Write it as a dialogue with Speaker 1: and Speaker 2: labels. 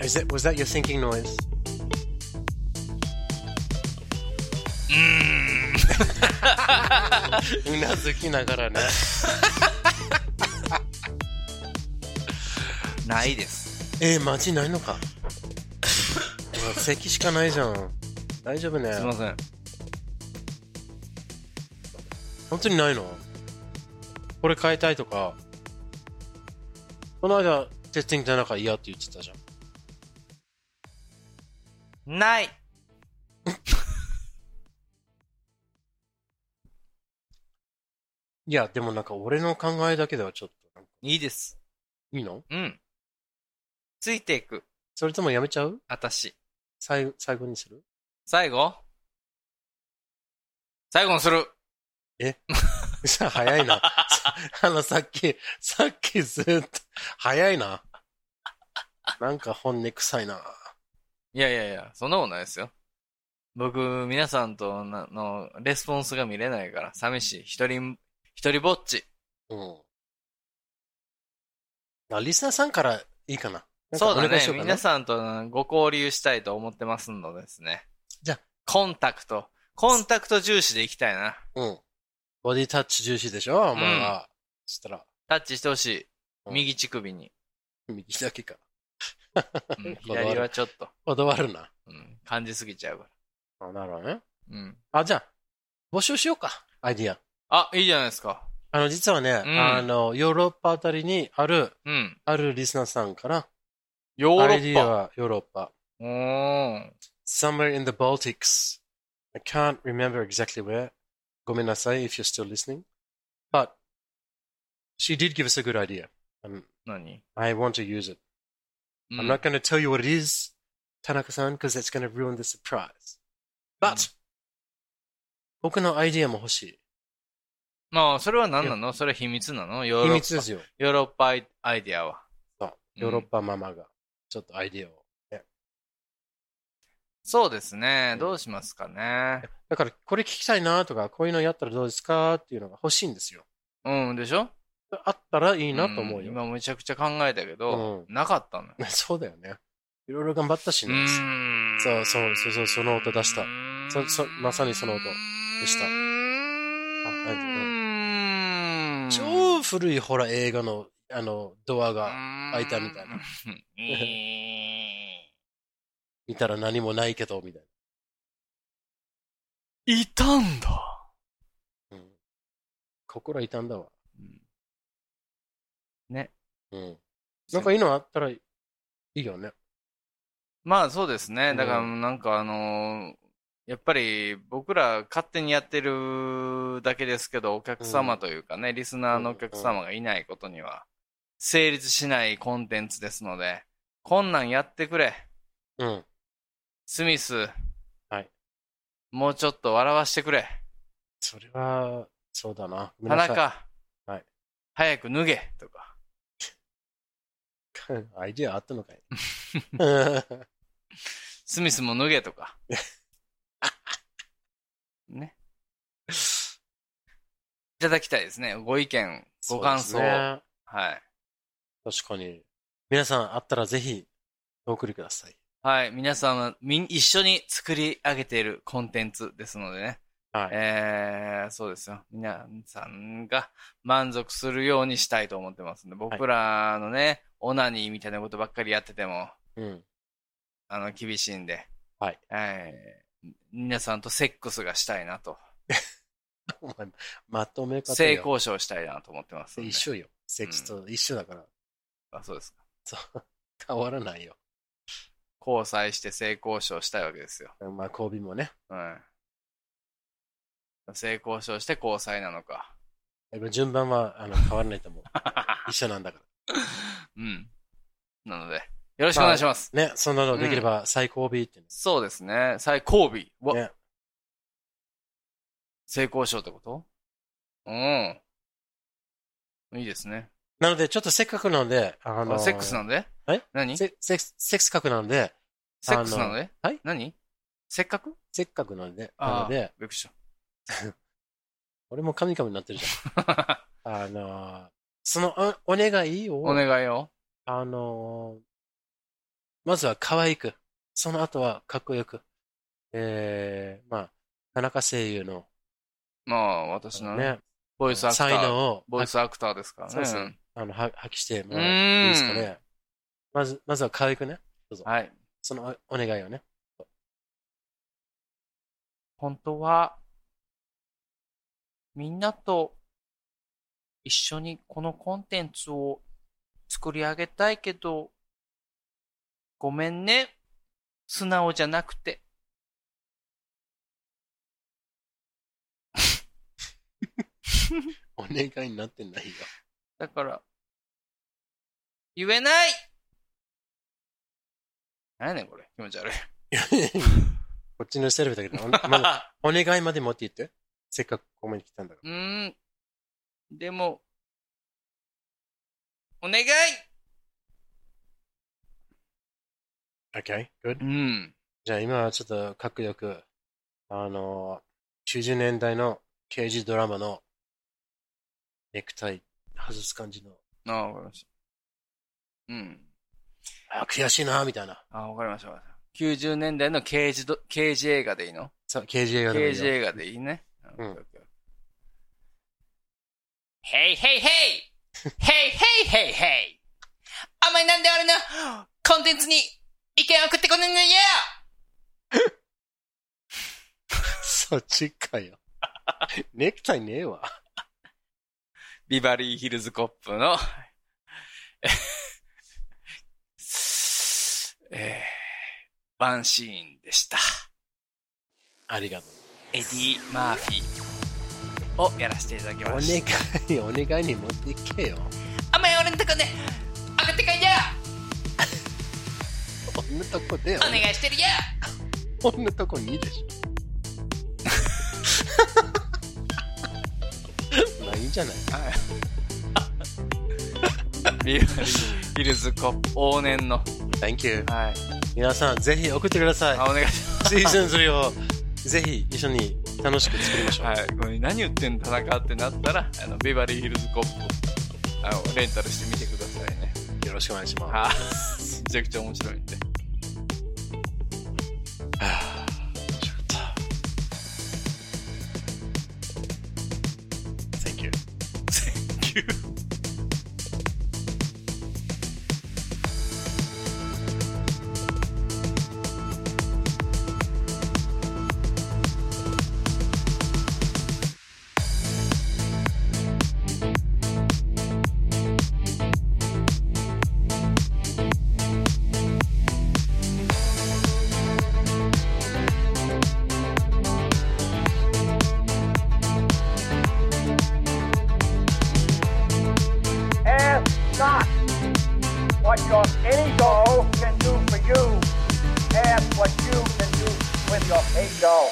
Speaker 1: Is that was that your thinking noise? Mm. うなずきながらね。
Speaker 2: な いです。
Speaker 1: えー、街ないのか。ほら席しかないじゃん。大丈夫ね
Speaker 2: す。いません。
Speaker 1: 本当にないのこれ変えたいとか。この間、セッティング田中嫌って言ってたじゃん。
Speaker 2: ない。
Speaker 1: いや、でもなんか俺の考えだけではちょっと、
Speaker 2: いいです。
Speaker 1: いいの
Speaker 2: うん。ついていく。
Speaker 1: それともやめちゃう
Speaker 2: 私。
Speaker 1: 最最後にする
Speaker 2: 最後最後にする。
Speaker 1: さあ、早いな。 さあの、さっき、さっきずっと、早いな。なんか本音臭いな。
Speaker 2: いやいやいや、そんなことないですよ。僕、皆さんとなのレスポンスが見れないから、寂しい。一人、一人ぼっち。
Speaker 1: うん。あ、リスナーさんからいいかな。なんか
Speaker 2: そう
Speaker 1: お
Speaker 2: だ
Speaker 1: 願い
Speaker 2: ね
Speaker 1: しよ。かな
Speaker 2: 皆さんとご交流したいと思ってますのでですね。
Speaker 1: じゃあ
Speaker 2: コンタクト。コンタクト重視でいきたいな。
Speaker 1: うん。ボディタッチ重視でしょお前は。そしたら、
Speaker 2: タッチしてほしい。
Speaker 1: うん
Speaker 2: 右乳首に。
Speaker 1: 右だけか。
Speaker 2: うん
Speaker 1: こだわる
Speaker 2: 左はちょっと、
Speaker 1: こだわるな。
Speaker 2: うん、感じすぎちゃうか
Speaker 1: あ、なるほどね。
Speaker 2: ら。うん。
Speaker 1: あ、じゃあ、募集しようか。アイディア。
Speaker 2: あ、いいじゃないですか。
Speaker 1: あの、実はね、
Speaker 2: うん
Speaker 1: あの、ヨーロッパあたりにある、
Speaker 2: うん。
Speaker 1: あるリスナーさんから、
Speaker 2: ヨーロ
Speaker 1: アイデ
Speaker 2: ッ
Speaker 1: ィア
Speaker 2: パ。
Speaker 1: はヨーロッパ。
Speaker 2: うーん。
Speaker 1: somewhere in the Baltics. I can't remember exactly where. Gomenasai, if you're still listening. But she did give us a good idea, and
Speaker 2: 何
Speaker 1: I want to use it.
Speaker 2: うん Hmm.
Speaker 1: I'm not going to tell you what it is, Tanaka-san, because that's going to ruin the surprise. But 僕のアイディアも欲しい。
Speaker 2: まあ、それは何なのそれは秘密なのヨー
Speaker 1: 秘
Speaker 2: ロ
Speaker 1: 密で
Speaker 2: ッパ。
Speaker 1: すよ。
Speaker 2: ヨーロッパアイアイディアは。
Speaker 1: そう
Speaker 2: うん
Speaker 1: ヨーロッパママがちょっとアイディアを。
Speaker 2: そうですね。どうしますかね。
Speaker 1: だからこれ聞きたいなとか、こういうのやったらどうですかっていうのが欲しいんですよ。
Speaker 2: うん、でしょ
Speaker 1: あったらい
Speaker 2: い
Speaker 1: いなと思うよ。
Speaker 2: 今めちゃくちゃ考えたけど、
Speaker 1: う
Speaker 2: なかったのよ。
Speaker 1: そうだよね。いろいろ頑張ったし
Speaker 2: う
Speaker 1: ね。
Speaker 2: ーん
Speaker 1: そうそうそうそうその音出した。そそまさにその音でした
Speaker 2: うー
Speaker 1: あありがとうござい
Speaker 2: ん
Speaker 1: 超古いホラー映画の、あの、ドアが
Speaker 2: 開
Speaker 1: 開いたみたい な。
Speaker 2: い
Speaker 1: 見たら何もないけど、みたい
Speaker 2: たんだ。
Speaker 1: な。うん。心痛んだわ。
Speaker 2: ね。
Speaker 1: うん。なんかいいのあったらいいよね。
Speaker 2: まあそうですね。だから
Speaker 1: う
Speaker 2: なんかあのーやっぱり僕ら勝手にやってるだけですけど、お客様というかね、リスナーのお客様がいないことには成立しないコンテンツですので、こんなんやってくれ。
Speaker 1: うん。
Speaker 2: スミス。
Speaker 1: はい。
Speaker 2: もうちょっと笑わしてくれ。
Speaker 1: それは、そうだな。ごめ
Speaker 2: 田
Speaker 1: んなさい
Speaker 2: 中。
Speaker 1: はい。
Speaker 2: 早く脱げ。とか。
Speaker 1: アイディアあったのかい。 うん
Speaker 2: スミスも脱げ とか。ね。いただきたいですね。ご意見、 ご感
Speaker 1: そ
Speaker 2: 想。
Speaker 1: うですね
Speaker 2: はい。
Speaker 1: 確かに。皆さんあったらぜひ、お送りください。
Speaker 2: はい。皆さんはみん、一緒に作り上げているコンテンツですのでね。
Speaker 1: はい
Speaker 2: えー、そうですよ。皆さんが満足するようにしたいと思ってますんで、僕らのね、オナニーみたいなことばっかりやってても、
Speaker 1: うん。
Speaker 2: あの、厳しいんで。
Speaker 1: はい。
Speaker 2: えー皆さんとセックスがしたいなと。
Speaker 1: お前まとめ方よ
Speaker 2: 性交渉したいなと思ってますんで。
Speaker 1: 一緒よ。セックスと一緒だから。
Speaker 2: あ、そうですか。
Speaker 1: そう。変わらないよ。
Speaker 2: 交際して性交渉したいわけですよ。
Speaker 1: まあ、交尾もね。
Speaker 2: うん。性交渉して交際なのか。
Speaker 1: やっぱ順番はあの変わらない と思う。一緒なんだか
Speaker 2: うん。なので、よろしくお願いします。
Speaker 1: ら。ね、そんなのできれば最後尾ってね。
Speaker 2: そうですね。最後尾は、
Speaker 1: ね
Speaker 2: 性交渉ってことうん。いいですね。
Speaker 1: なので、ちょっとせっかくなので、あの
Speaker 2: あセックスなので
Speaker 1: え
Speaker 2: 何セ
Speaker 1: せセックスセックス角なので、
Speaker 2: ックスなので
Speaker 1: はい
Speaker 2: 何せっかく
Speaker 1: せっかくなので、
Speaker 2: あー
Speaker 1: なので、
Speaker 2: びっくり し
Speaker 1: 俺も神々になってるじ
Speaker 2: た。
Speaker 1: ゃん。あの、そのおお願いを、
Speaker 2: お願いを。
Speaker 1: あの、まずは可愛く、その後はかっこよく、えー、まあ、田中声優の、
Speaker 2: まあ、私のね、
Speaker 1: ね、
Speaker 2: ボイスアクタ
Speaker 1: 才
Speaker 2: ー、
Speaker 1: 能を
Speaker 2: ボイスアクターですからね。
Speaker 1: そうそうあのは発揮してもらっていいですかね。まず、まずは可愛くね。
Speaker 2: はい。
Speaker 1: そのおお願いをね。
Speaker 2: 本当は、みんなと一緒にこのコンテンツを作り上げたいけど、ごめんね。素直じゃなくて。
Speaker 1: お願いになってないよ。
Speaker 2: だから、言えない何やねんこれ。気持ち悪い。
Speaker 1: こっちのセルフだけど、お,、ま、お願いまで持っていって。せっかくここまで来たんだか
Speaker 2: うーん。でも、お願い
Speaker 1: ら。Okay, good.
Speaker 2: うん。
Speaker 1: じゃあ今はちょっとかっこよく、あのー、90年代の刑事ドラマのネクタイ外す感じの、
Speaker 2: ああ、わかりました。うん。
Speaker 1: あ、悔しいな、みたいな。
Speaker 2: ああ、わかりました、わかりました。90年代の刑事ど、刑事映画でいいの
Speaker 1: さ刑事映画でもい
Speaker 2: 刑
Speaker 1: いよ
Speaker 2: 事映画でいいね。
Speaker 1: うん
Speaker 2: オッケーオッケーヘイヘイヘイヘイヘイヘイヘイあんまりなんで俺のコンテンツに意見送ってこないのよ
Speaker 1: そっちか よ。ネクタイねえわ。
Speaker 2: ビバリーヒルズコップの、 えーえー、ワンシーンでした。
Speaker 1: ありがとう。
Speaker 2: エディ・マーフィーをやらせていただき
Speaker 1: お
Speaker 2: ました。
Speaker 1: 願い、お願いに持っていけよ。
Speaker 2: あんまり俺のとこね、上がってかんよ
Speaker 1: こんなとこで、
Speaker 2: お願いしてるよ
Speaker 1: こんなとこにいいでしょ。まあいいんじゃない
Speaker 2: ビバリーヒルズコップ往年の。
Speaker 1: ?Thank you.
Speaker 2: はい。
Speaker 1: 皆さん、ぜひ送ってください
Speaker 2: あ、。お願いし
Speaker 1: シーズン3をぜひ一緒に楽しく作りましょう。
Speaker 2: ます。はい。これ何言ってんの田中ってなったら、あの、ビバリーヒルズコップあの、レンタルしてみてくださいね。
Speaker 1: よろしくお願いします。
Speaker 2: はい。めちゃくちゃ面白いんで。
Speaker 1: はぁちょっと Thank you.
Speaker 2: Thank you.
Speaker 3: Ask not what your ego can do for you. Ask what you can do with your ego.